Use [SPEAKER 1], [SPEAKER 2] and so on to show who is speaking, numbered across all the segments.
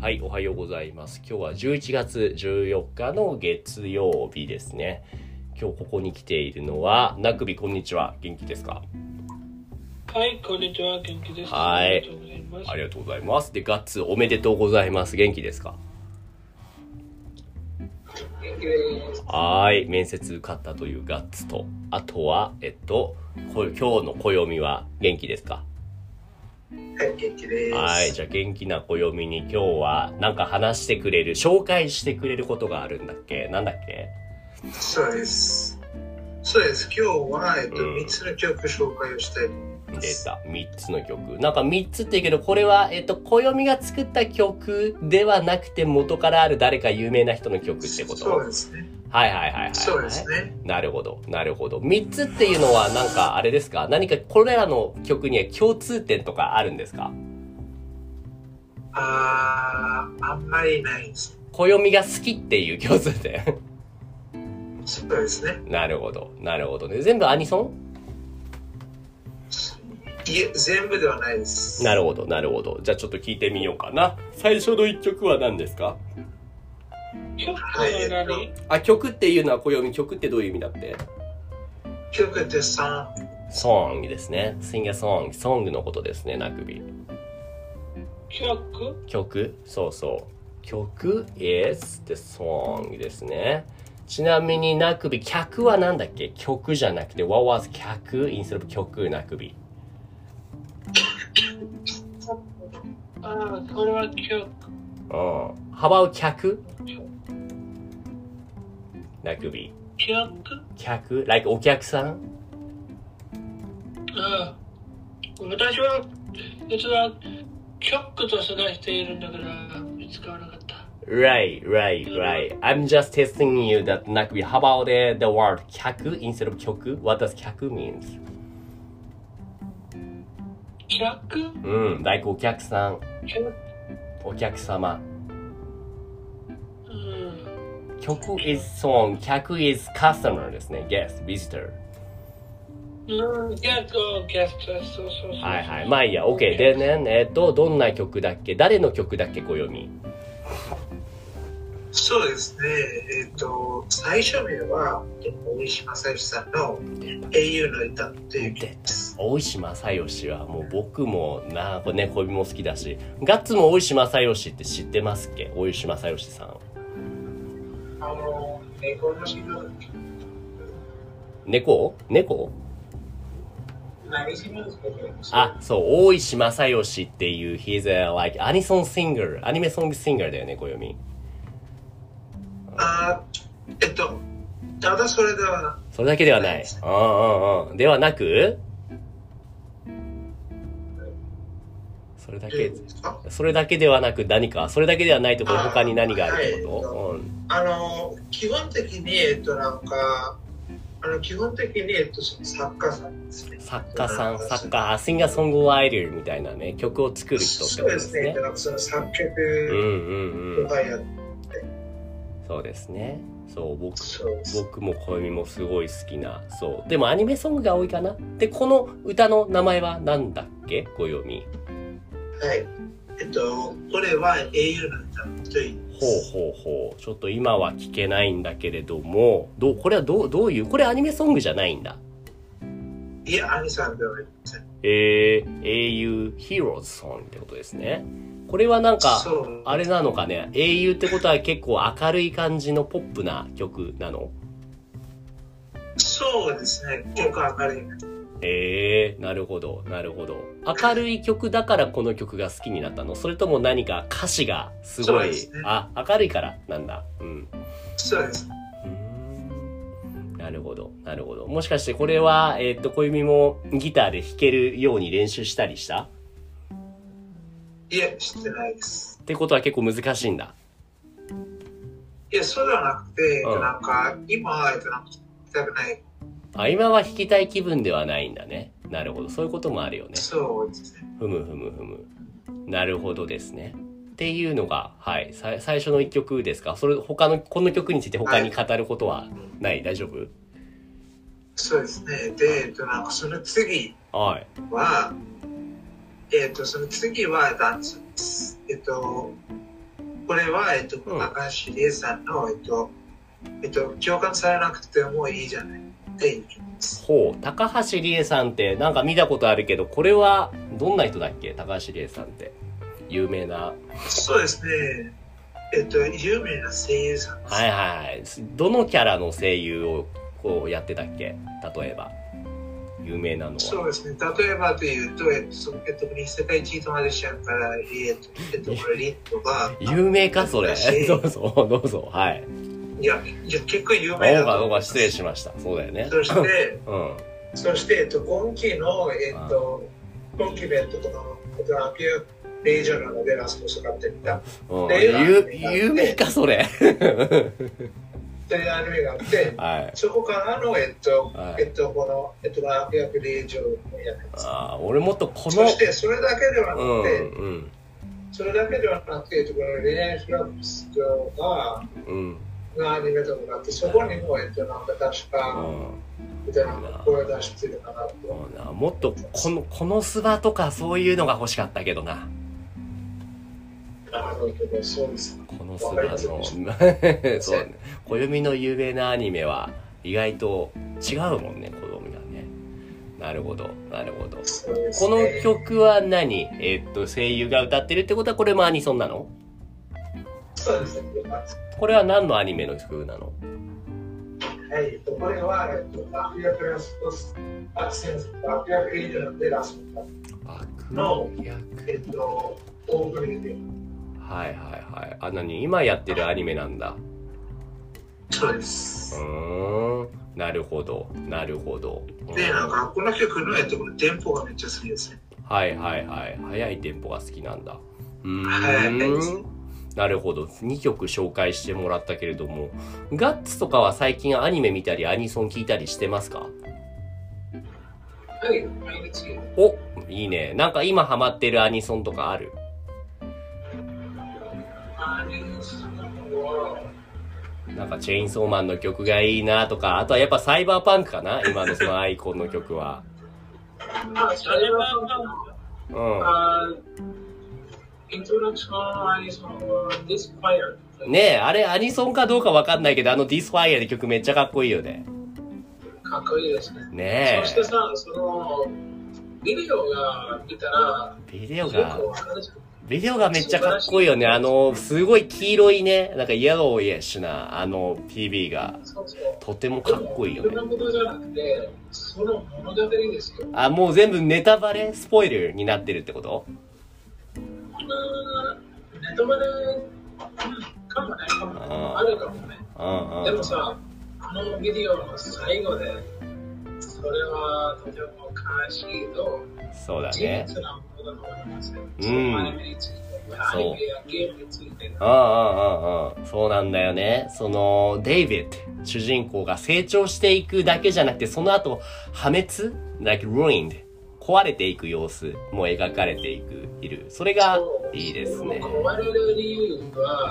[SPEAKER 1] はい、おはようございます。今日は11月14日の月曜日ですね。今日ここに来ているのは、なくびこんにちは。元気ですか
[SPEAKER 2] はい、こんにちは、元気です。
[SPEAKER 1] はい
[SPEAKER 2] ありがとうございます
[SPEAKER 1] あ。りがとうございます。で、ガッツおめでとうございます。元気ですかはーい、面接受かったというガッツと、あとは、えっと、こ今日の暦は元気ですか
[SPEAKER 3] はい、元気です。
[SPEAKER 1] はい、じゃあ元気な暦に今日はなんか話してくれる、紹介してくれることがあるんだっけなんだっけ
[SPEAKER 3] そうです。そうです。今日は、えっと、
[SPEAKER 1] うん
[SPEAKER 3] 三つの曲紹介をしたい。
[SPEAKER 1] 出た3つの曲なんか3つって言うけどこれはえっと暦が作った曲ではなくて元からある誰か有名な人の曲ってこと
[SPEAKER 3] そうですね。
[SPEAKER 1] はいはいはいはい、はい、
[SPEAKER 3] そうですね。
[SPEAKER 1] なるほどなるほど3つっていうのはなんかあれですか何かこれらの曲には共通点とかあるんですか
[SPEAKER 3] あー、あんまりないです。
[SPEAKER 1] 暦が好きっていう共通点
[SPEAKER 3] そうですね。
[SPEAKER 1] なるほどなるほどね全部アニソン
[SPEAKER 3] いえ、全部ではないです。
[SPEAKER 1] なるほど、なるほど。じゃあちょっと聞いてみようかな。最初の一曲は何ですか
[SPEAKER 2] 今日は何
[SPEAKER 1] あ、曲っていうのは暦、曲ってどういう意味だって
[SPEAKER 3] 曲ってさ、
[SPEAKER 1] ソングですね。Sing a song. ソングのことですね、なくび。
[SPEAKER 2] 曲
[SPEAKER 1] 曲そうそう。曲 is the song ですね。ちなみになくび、客は何だっけ曲じゃなくて、what was 客 instead of 曲なくび。
[SPEAKER 2] ああ、これは曲。
[SPEAKER 1] うん。How about 客なくび。
[SPEAKER 2] 曲
[SPEAKER 1] 客 like お客さん
[SPEAKER 2] ああ、私は、実は、曲と探しているんだから、見つからなかった。
[SPEAKER 1] Right, right, right. I'm just testing you that Nakbi. How about the, the word kyaku instead of kyoku? What does kyaku means?
[SPEAKER 2] 曲
[SPEAKER 1] Mm, like お客さん、
[SPEAKER 2] 曲
[SPEAKER 1] お客様。
[SPEAKER 2] うん。
[SPEAKER 1] 曲 is song, 客 is customer ですね。guest, visitor.
[SPEAKER 2] うん、ゲスト、ゲスト、そうそうそう。
[SPEAKER 1] はいはい。まあいいや、OK。でね、えっと、どんな曲だっけ誰の曲だっけ暦。
[SPEAKER 3] そうですね。えっと、最初名は、えっと大石正義さんの英雄の歌っていう曲です。
[SPEAKER 1] 大石正義はもう僕もな、これね、恋も好きだし、ガッツも大石正義って知ってますっけ大石正義さん。
[SPEAKER 3] あの、猫の死の、
[SPEAKER 1] 猫猫
[SPEAKER 3] 投げしまですけど、
[SPEAKER 1] あ、そう、大石正義っていう、he's a like アニソン singer、アニメソング singer だよね、暦。
[SPEAKER 3] あー、えっと、ただそれではな
[SPEAKER 1] それだけではない。うんうんうん。ではなくそれだ
[SPEAKER 3] く
[SPEAKER 1] け、
[SPEAKER 3] てですか
[SPEAKER 1] それだけではなく何か、それだけではないところ他に何があるってこと
[SPEAKER 3] あの基本的にえっとなんかあの基本的にえっとその作家さんですね
[SPEAKER 1] うん。作家さん、作家、あシンガーソングライターみたいなね、曲を作る人って
[SPEAKER 3] そ
[SPEAKER 1] こと
[SPEAKER 3] うで
[SPEAKER 1] ですす
[SPEAKER 3] ね。えっ
[SPEAKER 1] ね
[SPEAKER 3] と。なんかその作
[SPEAKER 1] うん
[SPEAKER 3] 曲
[SPEAKER 1] うんう
[SPEAKER 3] と
[SPEAKER 1] ん。
[SPEAKER 3] かやって、
[SPEAKER 1] そうですね。そう、僕
[SPEAKER 3] そうです。
[SPEAKER 1] 僕も恋もすごい好きなそうでもアニメソングが多いかなでこの歌の名前は何だっけご読み
[SPEAKER 3] はい。えっとこれは英雄の歌という
[SPEAKER 1] ほうほうほうちょっと今は聞けないんだけれどもどうこれはどうどういうこれアニメソングじゃないんだ
[SPEAKER 3] いや兄さんではありません。
[SPEAKER 1] えー、英雄ヒーローズソングってことですねこれはなんか
[SPEAKER 3] そう
[SPEAKER 1] あれなのかね英雄ってことは結構明るい感じのポップな曲なの
[SPEAKER 3] そうですね。結構明るい。
[SPEAKER 1] ええなるほど、なるほど。明るい曲だからこの曲が好きになったのそれとも何か歌詞がす
[SPEAKER 3] そ
[SPEAKER 1] ご
[SPEAKER 3] う
[SPEAKER 1] い、
[SPEAKER 3] ですね
[SPEAKER 1] あ、明るいからなんだ。うん。
[SPEAKER 3] そうです。
[SPEAKER 1] なるほど、なるほど。もしかしてこれは、えーっと、小指もギターで弾けるように練習したりした
[SPEAKER 3] いや知ってないです。
[SPEAKER 1] ってことは結構難しいんだ。
[SPEAKER 3] いやそうではなくて、
[SPEAKER 1] うん
[SPEAKER 3] なんか今えっとなんか痛くない。
[SPEAKER 1] あ、今は弾きたい気分ではないんだね。なるほど。そういうこともあるよね。
[SPEAKER 3] そうですね。
[SPEAKER 1] ふむふむふむ。なるほどですね。っていうのが、はい、さ最初の一曲ですかそれ、他の、この曲について他に語ることはない、大丈夫
[SPEAKER 3] そうですね。でえっとなんかその次。
[SPEAKER 1] はい。
[SPEAKER 3] は、えっ、と、その次はダンスです。えっ、と、これは、えっと、
[SPEAKER 1] うん
[SPEAKER 3] 高橋理恵さんの、えっと、えっと、共感されなくてもいいじゃないっていう曲です。
[SPEAKER 1] ほう高橋理恵さんってなんか見たことあるけどこれはどんな人だっけ高橋理恵さんって有名な
[SPEAKER 3] そうですね。えっと、有名な声優さんです。
[SPEAKER 1] はいはいどのキャラの声優をこうやってたっけ例えば有名なのは
[SPEAKER 3] そうですね。例えばというと、えっと、そのえっと、世界一マジシャンから、リエと、えっと、これリットが、
[SPEAKER 1] 有名か それ
[SPEAKER 3] 私
[SPEAKER 1] どうぞどうぞはい
[SPEAKER 3] いや、いや結構有
[SPEAKER 1] オ
[SPEAKER 3] 名
[SPEAKER 1] ー
[SPEAKER 3] だ
[SPEAKER 1] バーオ
[SPEAKER 3] と
[SPEAKER 1] ー
[SPEAKER 3] 思
[SPEAKER 1] バ
[SPEAKER 3] いま
[SPEAKER 1] ー
[SPEAKER 3] す
[SPEAKER 1] 失礼しましたそうだよね
[SPEAKER 3] そして、
[SPEAKER 1] うん
[SPEAKER 3] そして、えっと、今期の、えっと、今期の、えっと、この、えっと、アピューレイジョナルでラストスがってみた、
[SPEAKER 1] うん、
[SPEAKER 3] で
[SPEAKER 1] 有有名かそ れ
[SPEAKER 3] というアニメがあって、
[SPEAKER 1] はい
[SPEAKER 3] そこからの、えっと、
[SPEAKER 1] はい
[SPEAKER 3] えっと、この、えっと、このアピューレイジョナルやつ。
[SPEAKER 1] あー俺もっとこ
[SPEAKER 3] そ
[SPEAKER 1] の
[SPEAKER 3] して、それだけではな
[SPEAKER 1] うん
[SPEAKER 3] くて、
[SPEAKER 1] うん
[SPEAKER 3] それだけではなくて、えっと、この恋愛フラックスが、
[SPEAKER 1] うん
[SPEAKER 3] のアニメとかがあって、そこにも、えっと、なんか確
[SPEAKER 1] う
[SPEAKER 3] か、
[SPEAKER 1] ん
[SPEAKER 3] みたいな声出してるかなと。
[SPEAKER 1] そうなもっとこのこのスバとかそういうのが欲しかったけどな
[SPEAKER 3] なるほど、そうです。
[SPEAKER 1] このスバのそうね暦の有名なアニメは意外と違うもんね好みがねなるほどなるほど
[SPEAKER 3] そうです
[SPEAKER 1] この
[SPEAKER 3] ね
[SPEAKER 1] 曲は何えーっと声優が歌ってるってことはこれもアニソンなの
[SPEAKER 3] そうですね。
[SPEAKER 1] これは何のアニメの曲なの
[SPEAKER 3] はい、これは、えっと、アピアクラスとアクセンス、アピアクリードでラスト
[SPEAKER 1] 悪
[SPEAKER 3] の
[SPEAKER 1] 役
[SPEAKER 3] えっと、オープニング
[SPEAKER 1] はいはいはいあ何今やってるアニメなんだ
[SPEAKER 3] そうで
[SPEAKER 1] う
[SPEAKER 3] す。
[SPEAKER 1] ーんなるほどなるほどうん
[SPEAKER 3] で、なんか、この曲の、えっと、このテンポがめっちゃ好きですね。
[SPEAKER 1] はいはいはい速いテンポが好きなんだうー
[SPEAKER 3] は
[SPEAKER 1] んなるほど2曲紹介してもらったけれどもガッツとかは最近アニメ見たりアニソン聞いたりしてますか
[SPEAKER 3] はい、毎日。
[SPEAKER 1] おいいねなんか今ハマってるアニソンとかある
[SPEAKER 3] アニメスは、
[SPEAKER 1] なんかチェインソーマンの曲がいいなとかあとはやっぱサイバーパンクかな今のそのアイコンの曲は
[SPEAKER 2] あ、それは、
[SPEAKER 1] う
[SPEAKER 2] あイントロションアニソンは This Fire。
[SPEAKER 1] んねえあれアニソンかどうかわかんないけどあの「Disfire」の曲めっちゃかっこいいよね
[SPEAKER 2] かっこいいですね。
[SPEAKER 1] ね
[SPEAKER 2] そしてさ、その、ビデオが見たら、
[SPEAKER 1] えビデオ
[SPEAKER 2] すご
[SPEAKER 1] が
[SPEAKER 2] くわかるじゃん
[SPEAKER 1] ビデオがめっちゃかっこいいよね。あの、すごい黄色いね、なんかイエローイエッシュな、あの、PV が、
[SPEAKER 2] そうそう。
[SPEAKER 1] とてもかっこいいよ
[SPEAKER 2] で
[SPEAKER 1] ね
[SPEAKER 2] も。そんなことじゃなくて、その物語ですよ。
[SPEAKER 1] あ、もう全部ネタバレスポイルになってるってこと
[SPEAKER 2] こんなネタバレうんかもね、かもね
[SPEAKER 1] あー
[SPEAKER 2] あるかもね。
[SPEAKER 1] うんうん。
[SPEAKER 2] でもさ、このビデオの最後で、それはとても悲しいと、
[SPEAKER 1] そうだ
[SPEAKER 2] 事
[SPEAKER 1] ね。
[SPEAKER 2] 実なものだと思いますよ。
[SPEAKER 1] うん
[SPEAKER 2] そのアニメについて、アニメやゲームについて、
[SPEAKER 1] うんうんうんうん。そうなんだよね。その、デイビッド、主人公が成長していくだけじゃなくて、その後、破滅 ?like ruined. 壊れていく様子も描かれていく、いる。それが、いいですね。
[SPEAKER 2] 壊れる理由は、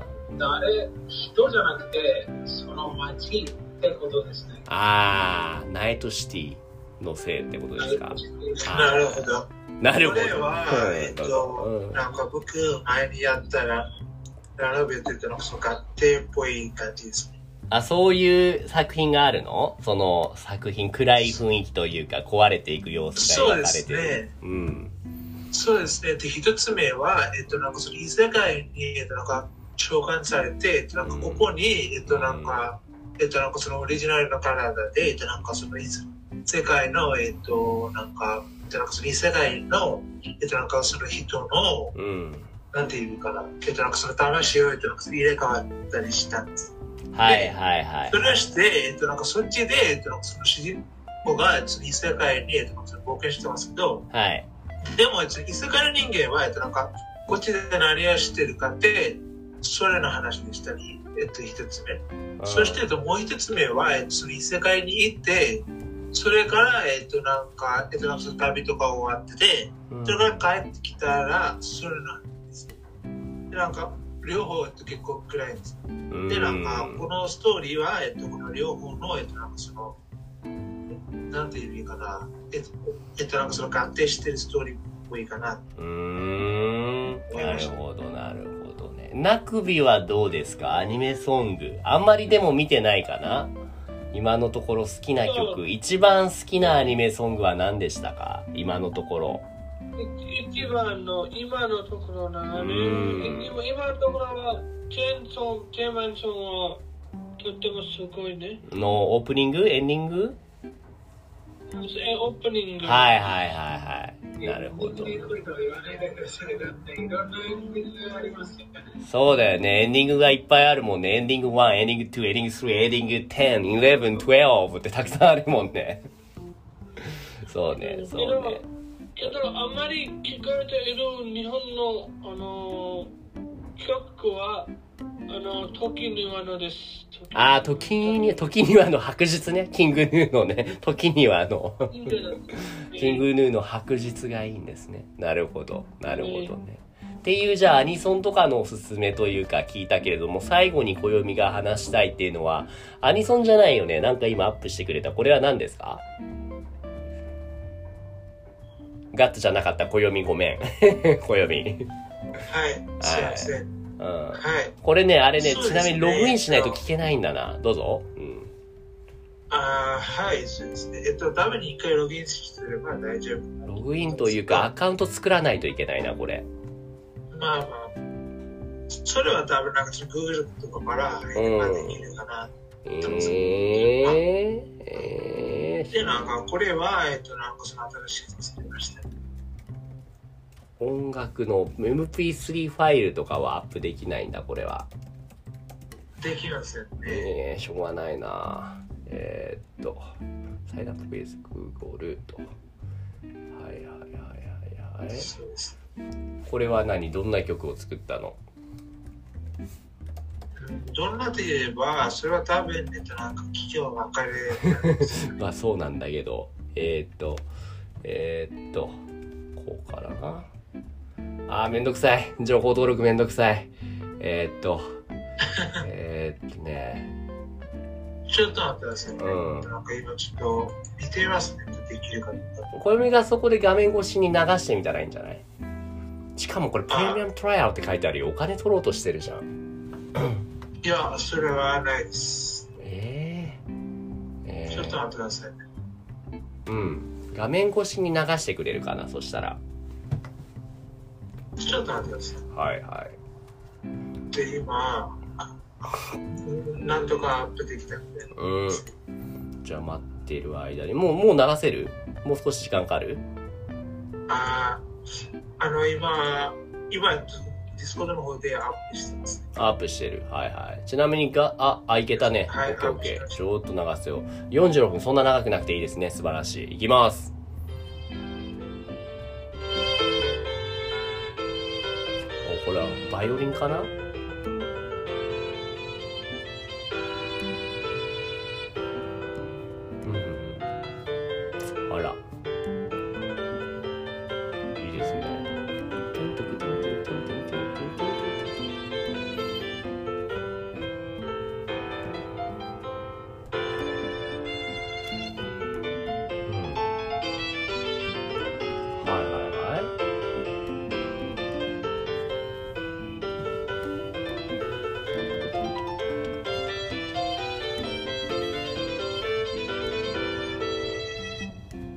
[SPEAKER 1] あ
[SPEAKER 2] 誰人じゃなくてその街ってことですね。
[SPEAKER 1] あー、ナイトシティのせいってことですか
[SPEAKER 3] なるほど。
[SPEAKER 1] なる
[SPEAKER 3] こ
[SPEAKER 1] ほど。
[SPEAKER 3] れは、えっ
[SPEAKER 1] う
[SPEAKER 3] と
[SPEAKER 1] ん、
[SPEAKER 3] なんか僕前にやったら、ラノベって言ったのその合定っぽい感じですね。
[SPEAKER 1] あ、そういう作品があるのその作品、暗い雰囲気というか、壊れていく様子
[SPEAKER 3] そ
[SPEAKER 1] が
[SPEAKER 3] う
[SPEAKER 1] 描
[SPEAKER 3] で
[SPEAKER 1] かれて
[SPEAKER 3] す
[SPEAKER 1] る。
[SPEAKER 3] ね。
[SPEAKER 1] うん。
[SPEAKER 3] そうですね。で、一つ目は、えっと、なんかその異世界に、えっと、なんか召喚されて、えっと、なんかここに、えっと、なんか、えっと、なんかそのオリジナルのカラーで、えっと、なんかその異世界の、えっと、なんか、えっと、なんかその異世界の、えっと、なんかその人の、
[SPEAKER 1] うん。
[SPEAKER 3] なんていうかな、えっと、なんかその魂を、えっと、なんか入れ替わったりしたんです。
[SPEAKER 1] はいはいはい
[SPEAKER 3] そ。れをして、えっと、なんかそっちで、えっと、なんかその主人公が、えっと異世界に、えっと、なんかその冒険してますけど、
[SPEAKER 1] はい。
[SPEAKER 3] でも、えっと異世界の人間は、えっと、なんか、こっちで何をしてるかって、それの話でしたり、えっと、一つ目。
[SPEAKER 1] うん
[SPEAKER 3] そして、えっと、もう一つ目は、えっと、その異世界に行って、それから、えっと、なんか、えっと、なんかその旅とか終わってて、
[SPEAKER 1] うん
[SPEAKER 3] それから帰ってきたら、それの話です。でなんか、両方、えっと、結構暗いんです。でなんかこのストーリーは、えっと、この両方の、えっと、なんかそのなんていう意味かなえっと、えっと、なんかその合定してるストーリーっぽいかな
[SPEAKER 1] うーん。なるほどなるほどね。ね。なくびはどうですかアニメソング。あんまりでも見てないかな今のところ好きな曲、一番好きなアニメソングは何でしたか今のところ。
[SPEAKER 2] 一番の今のところなので、
[SPEAKER 1] うん
[SPEAKER 2] 今今のところはチェーンソン、チェーンマンソンはとってもすごいね。
[SPEAKER 1] のオープニングエンディング
[SPEAKER 2] えオープニング。。
[SPEAKER 1] はいいはいはいはい。なるほど。
[SPEAKER 2] いろんな意味がありますよね。
[SPEAKER 1] そうだよね。エンディングがいっぱいあるもんね。エンディング1、エンディング2、エンディング3、エンディング10、11、12ってたくさんあるもんね。そうね、そうね。
[SPEAKER 2] けど、けどあまり聞かれている日本の、あのー曲は、あの、時にはのです。
[SPEAKER 1] ああ、時に、時にはの白日ね。キングヌーのね。時にはの。
[SPEAKER 2] 時にはの
[SPEAKER 1] キングヌーの白日がいいんですね。なるほど。なるほどね。っていう、じゃあ、アニソンとかのおすすめというか聞いたけれども、最後に暦が話したいっていうのは、アニソンじゃないよね。なんか今アップしてくれた。これは何ですかガッツじゃなかった。暦ごめん。 暦。
[SPEAKER 3] はい、すいません。
[SPEAKER 1] うん。
[SPEAKER 3] はい。
[SPEAKER 1] これね、あれね、
[SPEAKER 3] そうです
[SPEAKER 1] ち
[SPEAKER 3] ね
[SPEAKER 1] なみにログインしないと聞けないんだな。どうぞ。うん。
[SPEAKER 3] あーはい、そうですね。えっと、ダメに一回ログインしてれば大丈夫。
[SPEAKER 1] ログインというか、アカウント作らないといけないな、これ。
[SPEAKER 3] まあまあ。それは多分なんかその Google とかから入ればできるかな。
[SPEAKER 1] えー、え
[SPEAKER 3] で、
[SPEAKER 1] ー、
[SPEAKER 3] なんかこれは、えっと、なんかその新しいやつ作りました。
[SPEAKER 1] 音楽の MP3 ファイルとかはアップできないんだ、これは。
[SPEAKER 3] できますよね。
[SPEAKER 1] えー、しょうがないな。えー、っと、サインアップベース、Google と。はいはいはいはいはい。
[SPEAKER 3] そうです。
[SPEAKER 1] これは何どんな曲を作ったの
[SPEAKER 3] どんなと言えば、それは多分、えっと、なんか企業ばっかりなんですよね
[SPEAKER 1] まあそうなんだけど、えー、っと、えー、っと、こうかな。あーめんどくさい。情報登録めんどくさい。えー、っ と、えー、っとね、
[SPEAKER 3] ちょっと待ってくださいね。
[SPEAKER 1] うん
[SPEAKER 3] えっとなんか今ちょっと見てみますね。できるかどうか。
[SPEAKER 1] これがそこで画面越しに流してみたらいいんじゃないしかもこれプレミアムトライアルって書いてあるよ。お金取ろうとしてるじゃん。
[SPEAKER 3] いや、それはないです。
[SPEAKER 1] えー、え
[SPEAKER 3] ちょっと
[SPEAKER 1] ー、
[SPEAKER 3] 待ってくださいね。
[SPEAKER 1] うん。画面越しに流してくれるかな、そしたら。
[SPEAKER 3] ちょっと待ってください。
[SPEAKER 1] はいはい。
[SPEAKER 3] で、今、なんとかアップできたんで、
[SPEAKER 1] うん。じゃあ待ってる間に、もう、もう流せるもう少し時間かかる
[SPEAKER 3] あーあの、今、今、ディスコードの方でアップしてます。
[SPEAKER 1] アップしてる。はいはい。ちなみにが、あ、あ、いけたね。
[SPEAKER 3] はい
[SPEAKER 1] オッケー
[SPEAKER 3] ア
[SPEAKER 1] オ
[SPEAKER 3] ッ
[SPEAKER 1] ッ
[SPEAKER 3] プし
[SPEAKER 1] ケー。
[SPEAKER 3] まし
[SPEAKER 1] ちょっと流すよ。46分、そんな長くなくていいですね。素晴らしい。いきます。お、これはバイオリンかなうんあら。いいですね。うんはいはいはい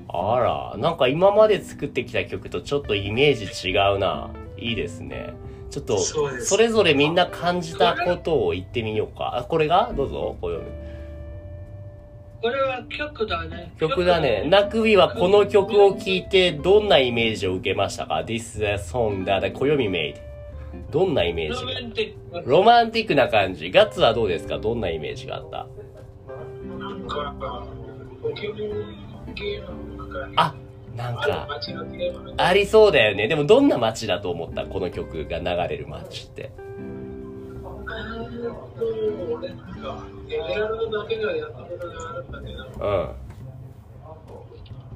[SPEAKER 1] あらなんか今まで作ってきた曲とちょっとイメージ違うないいですねちょっと
[SPEAKER 3] そうです
[SPEAKER 1] それぞれみんな感じたことを言ってみようかあこれがどうぞこれ
[SPEAKER 2] これは曲だね。
[SPEAKER 1] 曲だね。ナクビはこの曲を聴いてどんなイメージを受けましたか ?This is a song that 暦 made. どんなイメー
[SPEAKER 2] ロ
[SPEAKER 1] ジ
[SPEAKER 2] マ
[SPEAKER 1] が
[SPEAKER 2] ンティック。
[SPEAKER 1] ロマンティックな感じ。ガッツはどうですかどんなイメージがあった
[SPEAKER 2] なんか、ポケモンゲームとか
[SPEAKER 1] あ、なんか、
[SPEAKER 2] 街のゲーム
[SPEAKER 1] ありそうだよね。でもどんな街だと思ったこの曲が流れる街って。
[SPEAKER 2] 俺なんか、エメラルドだけがやったことがあるんだけ
[SPEAKER 1] う
[SPEAKER 2] ど、
[SPEAKER 1] ん。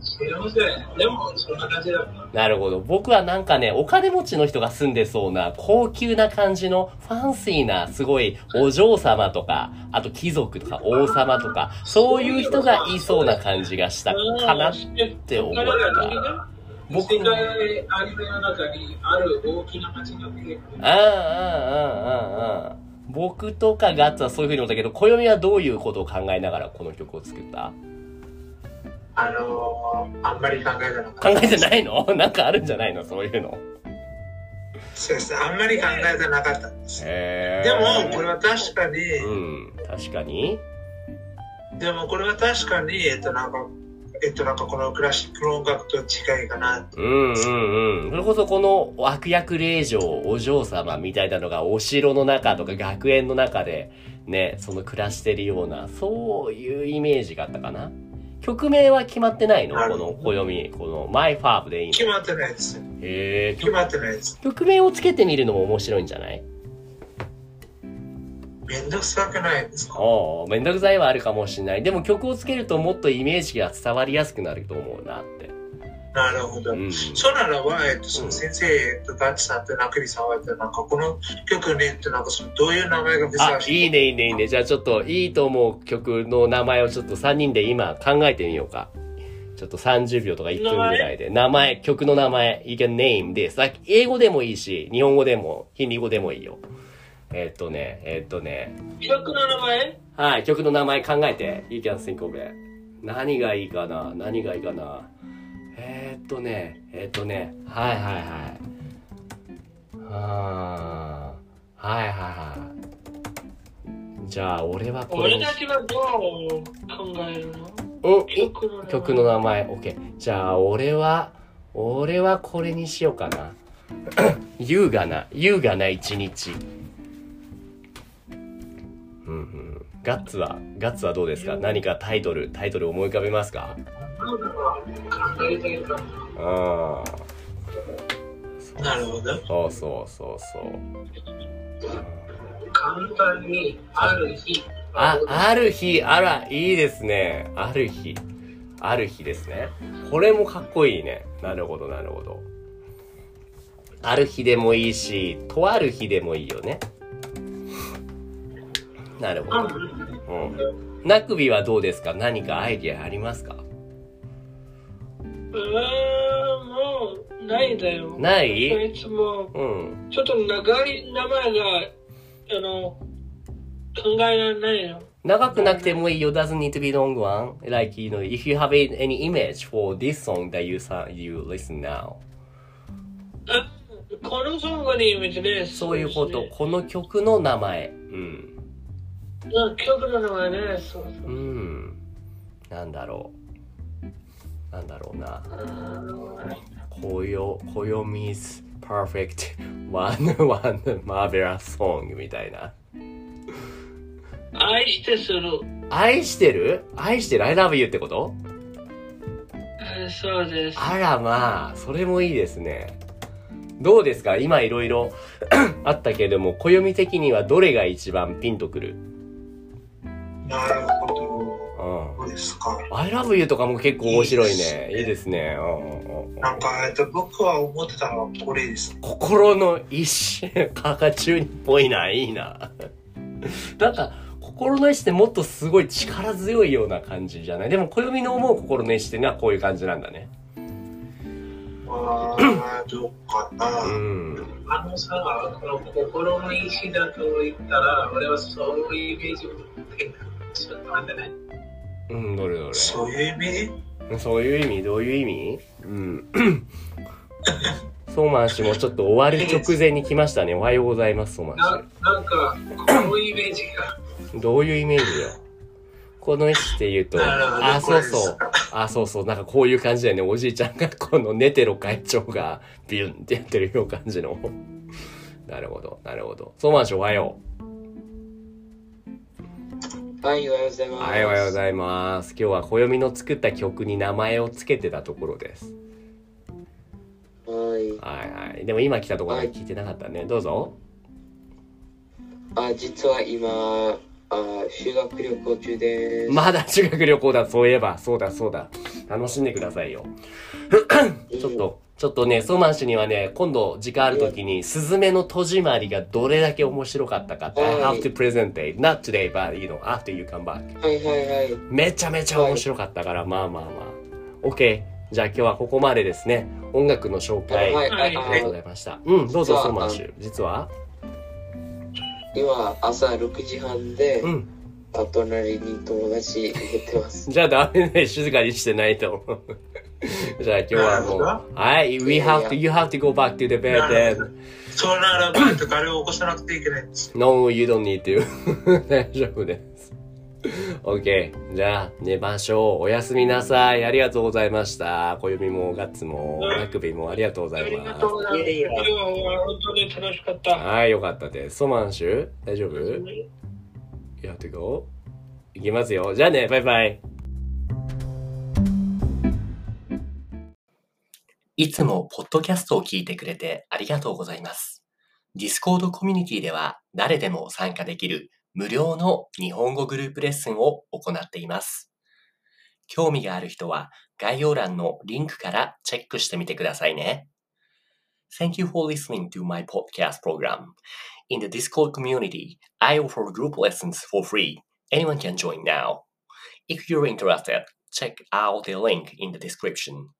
[SPEAKER 2] それもせでも、そんな感じだった。
[SPEAKER 1] なるほど。僕はなんかね、お金持ちの人が住んでそうな、高級な感じの、ファンシーな、すごい、お嬢様とか、あと貴族とか、王様とか、そういう人がいそうな感じがしたかなって思っ
[SPEAKER 2] 彼らのね
[SPEAKER 1] た。僕
[SPEAKER 2] 世
[SPEAKER 1] の。
[SPEAKER 2] 界アニメの中にある大きな街が出てくる。
[SPEAKER 1] ああ、ああ、ああ、ああ。僕とかガッツはそういうふうに思ったけど、暦はどういうことを考えながらこの曲を作った
[SPEAKER 3] あのーあんまり考えてなかった
[SPEAKER 1] 考えてないの なんかあるんじゃないのそういうの。
[SPEAKER 3] そうですあんまり考えてなかったんです
[SPEAKER 1] へ
[SPEAKER 3] でもこれは確かに、
[SPEAKER 1] うん、確かに。
[SPEAKER 3] でもこれは確かにえっとなんかえっとなんかこのクラシックの音楽と違いかな
[SPEAKER 1] うんうんうん。それこそこの悪役令嬢、お嬢様みたいなのがお城の中とか学園の中でね、その暮らしてるような、そういうイメージがあったかな。曲名は決まってないの
[SPEAKER 3] なる
[SPEAKER 1] こ
[SPEAKER 3] ほど
[SPEAKER 1] の暦、このマイファーブでいい
[SPEAKER 3] 決
[SPEAKER 1] の
[SPEAKER 3] まってないです
[SPEAKER 1] へえ
[SPEAKER 3] 決まってないです
[SPEAKER 1] 曲名をつけてみるのも面白いんじゃない
[SPEAKER 3] めんどくさくないですか
[SPEAKER 1] おうめんどくさいはあるかもしれない。でも曲をつけるともっとイメージが伝わりやすくなると思うなって。
[SPEAKER 3] なるほど、
[SPEAKER 1] うん。
[SPEAKER 3] そうならば、えっと、その先生、えっと、ガッツさんとナクリさんは、えっと、なんかこの曲ね、えっと、なんかそのどういう名前がふさ
[SPEAKER 1] あ
[SPEAKER 3] わ、しい
[SPEAKER 1] いいねいいねいいね。じゃあちょっといいと思う曲の名前をちょっと3人で今考えてみようか。ちょっと30秒とか1分ぐらいで。名前、曲の名前。You can name this. あ英語でもいいし、日本語でも、ヒンディー語でもいいよ。えっとね、えっとね。
[SPEAKER 2] 曲の名前
[SPEAKER 1] はい、曲の名前考えて。You can think of it. 何がいいかな何がいいかなえー、っとね、えーっとね、はいはいはい。あー、はいはいはい。じゃあ、俺はこれ
[SPEAKER 2] 俺
[SPEAKER 1] に
[SPEAKER 2] たちはどう考えるの
[SPEAKER 1] うん、
[SPEAKER 2] 曲の名前
[SPEAKER 1] 曲の名前、OK。じゃあ、俺は、俺はこれにしようかな。 優雅な、優雅な一日。うんうん。ガッツは、ガッツはどうですか何かタイトル、タイトル思い浮かべますか
[SPEAKER 2] 考えてるか
[SPEAKER 1] うん。
[SPEAKER 3] なるほど。
[SPEAKER 1] そうそうそうそう。
[SPEAKER 2] 簡単にある日
[SPEAKER 1] あ、ある日、あら、いいですね。ある日。ある日ですね。これもかっこいいね。なるほど、なるほど。ある日でもいいし、とある日でもいいよね。なるほど。うん。なくびはどうですか何かアイディアありますか
[SPEAKER 2] うーんもうないだよ
[SPEAKER 1] ない
[SPEAKER 2] いつも
[SPEAKER 1] うん。
[SPEAKER 2] ちょっと長い名前があの考えられないよ
[SPEAKER 1] 長くなくてもいいよ。doesn't need to be long one. Like, you know, if you have any image for this song that you, sa- you listen now.
[SPEAKER 2] あこのソングのイメージです
[SPEAKER 1] そういうこと。
[SPEAKER 2] ですね
[SPEAKER 1] この曲の名前。うん。
[SPEAKER 2] うん曲の名前ねそうそう
[SPEAKER 1] うん。なんだろう。なんだろうな。紅葉、暦 is perfect one one marvelous song みたいな。
[SPEAKER 2] 愛してする
[SPEAKER 1] 愛してる愛してる ?I love you ってこと
[SPEAKER 2] えそうです
[SPEAKER 1] あらまあ、それもいいですね。どうですか今いろいろ あったけれども、暦的にはどれが一番ピンとくる
[SPEAKER 3] なるほど。
[SPEAKER 1] うん。
[SPEAKER 3] どうですか。
[SPEAKER 1] I love you とかも結構面白いね。いいですね。うんうんうんうん
[SPEAKER 3] なんか、えっと、僕は思ってたのはこれです。
[SPEAKER 1] 心の石 カカチュウニっぽいな、いいな。なんか、心の石ってもっとすごい力強いような感じじゃないでも、暦の思う心の石っていうのはこういう感じなんだね。
[SPEAKER 3] あ ー、どうかな。
[SPEAKER 1] うん。
[SPEAKER 2] あのさ、この心の石だと言ったら、俺はそういうイメージを持ってるちょっと待ってね。
[SPEAKER 1] うん、どれどれ。そ
[SPEAKER 3] そういう意味
[SPEAKER 1] ういう意味どういう意味うん。 ソーマン氏もちょっと終わる直前に来ましたね。おはようございます、ソーマン氏
[SPEAKER 2] な。なんか、このイメージが。
[SPEAKER 1] どういうイメージよ。この石って言うと、
[SPEAKER 3] なるほど
[SPEAKER 1] あ、
[SPEAKER 3] こ
[SPEAKER 1] そう
[SPEAKER 3] れです
[SPEAKER 1] そう。あ、そうそう。なんかこういう感じだよね。おじいちゃんが、このネテロ会長が、ビュンってやってるような感じの。なるほど、なるほど。そうまんしょ、おはよ
[SPEAKER 4] はい、おはようございま
[SPEAKER 1] う。
[SPEAKER 4] す。
[SPEAKER 1] はい、おはようございます。今日は暦の作った曲に名前をつけてたところです。
[SPEAKER 4] はい。
[SPEAKER 1] はいはい。でも今来たところで聞いてなかったね。どうぞ。
[SPEAKER 4] あ、実は今、あ、修学旅行中です。
[SPEAKER 1] まだ修学旅行だ、そういえば。そうだ、そうだ。楽しんでくださいよ。ちょっと、ちょっとね、ソーマン氏にはね、今度時間あるときに、スズメの戸締まりがどれだけ面白かったかって、
[SPEAKER 4] は
[SPEAKER 1] I have
[SPEAKER 4] い
[SPEAKER 1] to present it. Not today, but, you know, after you come back.
[SPEAKER 4] はいはいはい。
[SPEAKER 1] めちゃめちゃ面白かったから、まあまあまあ。OK。じゃあ今日はここまでですね。音楽の紹介、
[SPEAKER 4] はい、
[SPEAKER 2] はい
[SPEAKER 4] あ
[SPEAKER 1] ありがとうございました。うん、どう
[SPEAKER 4] 実
[SPEAKER 1] ぞ、
[SPEAKER 4] は
[SPEAKER 1] ソーマンシュ。実は
[SPEAKER 4] 今朝6時半で、
[SPEAKER 1] うん。
[SPEAKER 4] あ隣に友達入れてます。
[SPEAKER 1] じゃあダメね。静かにしてないと思う。じゃあ今日はも
[SPEAKER 3] なる
[SPEAKER 1] う、はい、we have to, you have to go back to the bed
[SPEAKER 3] なる
[SPEAKER 1] then.
[SPEAKER 3] ほどそうならないと彼を起こさなくていけないんです。
[SPEAKER 1] No, you don't need to. 大丈夫です。OK。じゃあ、寝ましょう。おやすみなさい。ありがとうございました。暦もガッツも
[SPEAKER 2] うん
[SPEAKER 1] ラグビーもありがとうござ
[SPEAKER 2] あ
[SPEAKER 1] い
[SPEAKER 2] りが
[SPEAKER 1] ま
[SPEAKER 2] とうございます。
[SPEAKER 4] いえいえ
[SPEAKER 2] 今日は本当に楽しかっ
[SPEAKER 1] す。
[SPEAKER 2] た。
[SPEAKER 1] はい、よかったです。ソマンシュ大丈夫 ?You have to go? いきますよ。じゃあね、バイバイ。いつもポッドキャストを聞いてくれてありがとうございます。Discord コミュニティでは誰でも参加できる無料の日本語グループレッスンを行っています。興味がある人は概要欄のリンクからチェックしてみてくださいね。Thank you for listening to my podcast program. In the Discord community, I offer group lessons for free. Anyone can join now. If you're interested, check out the link in the description.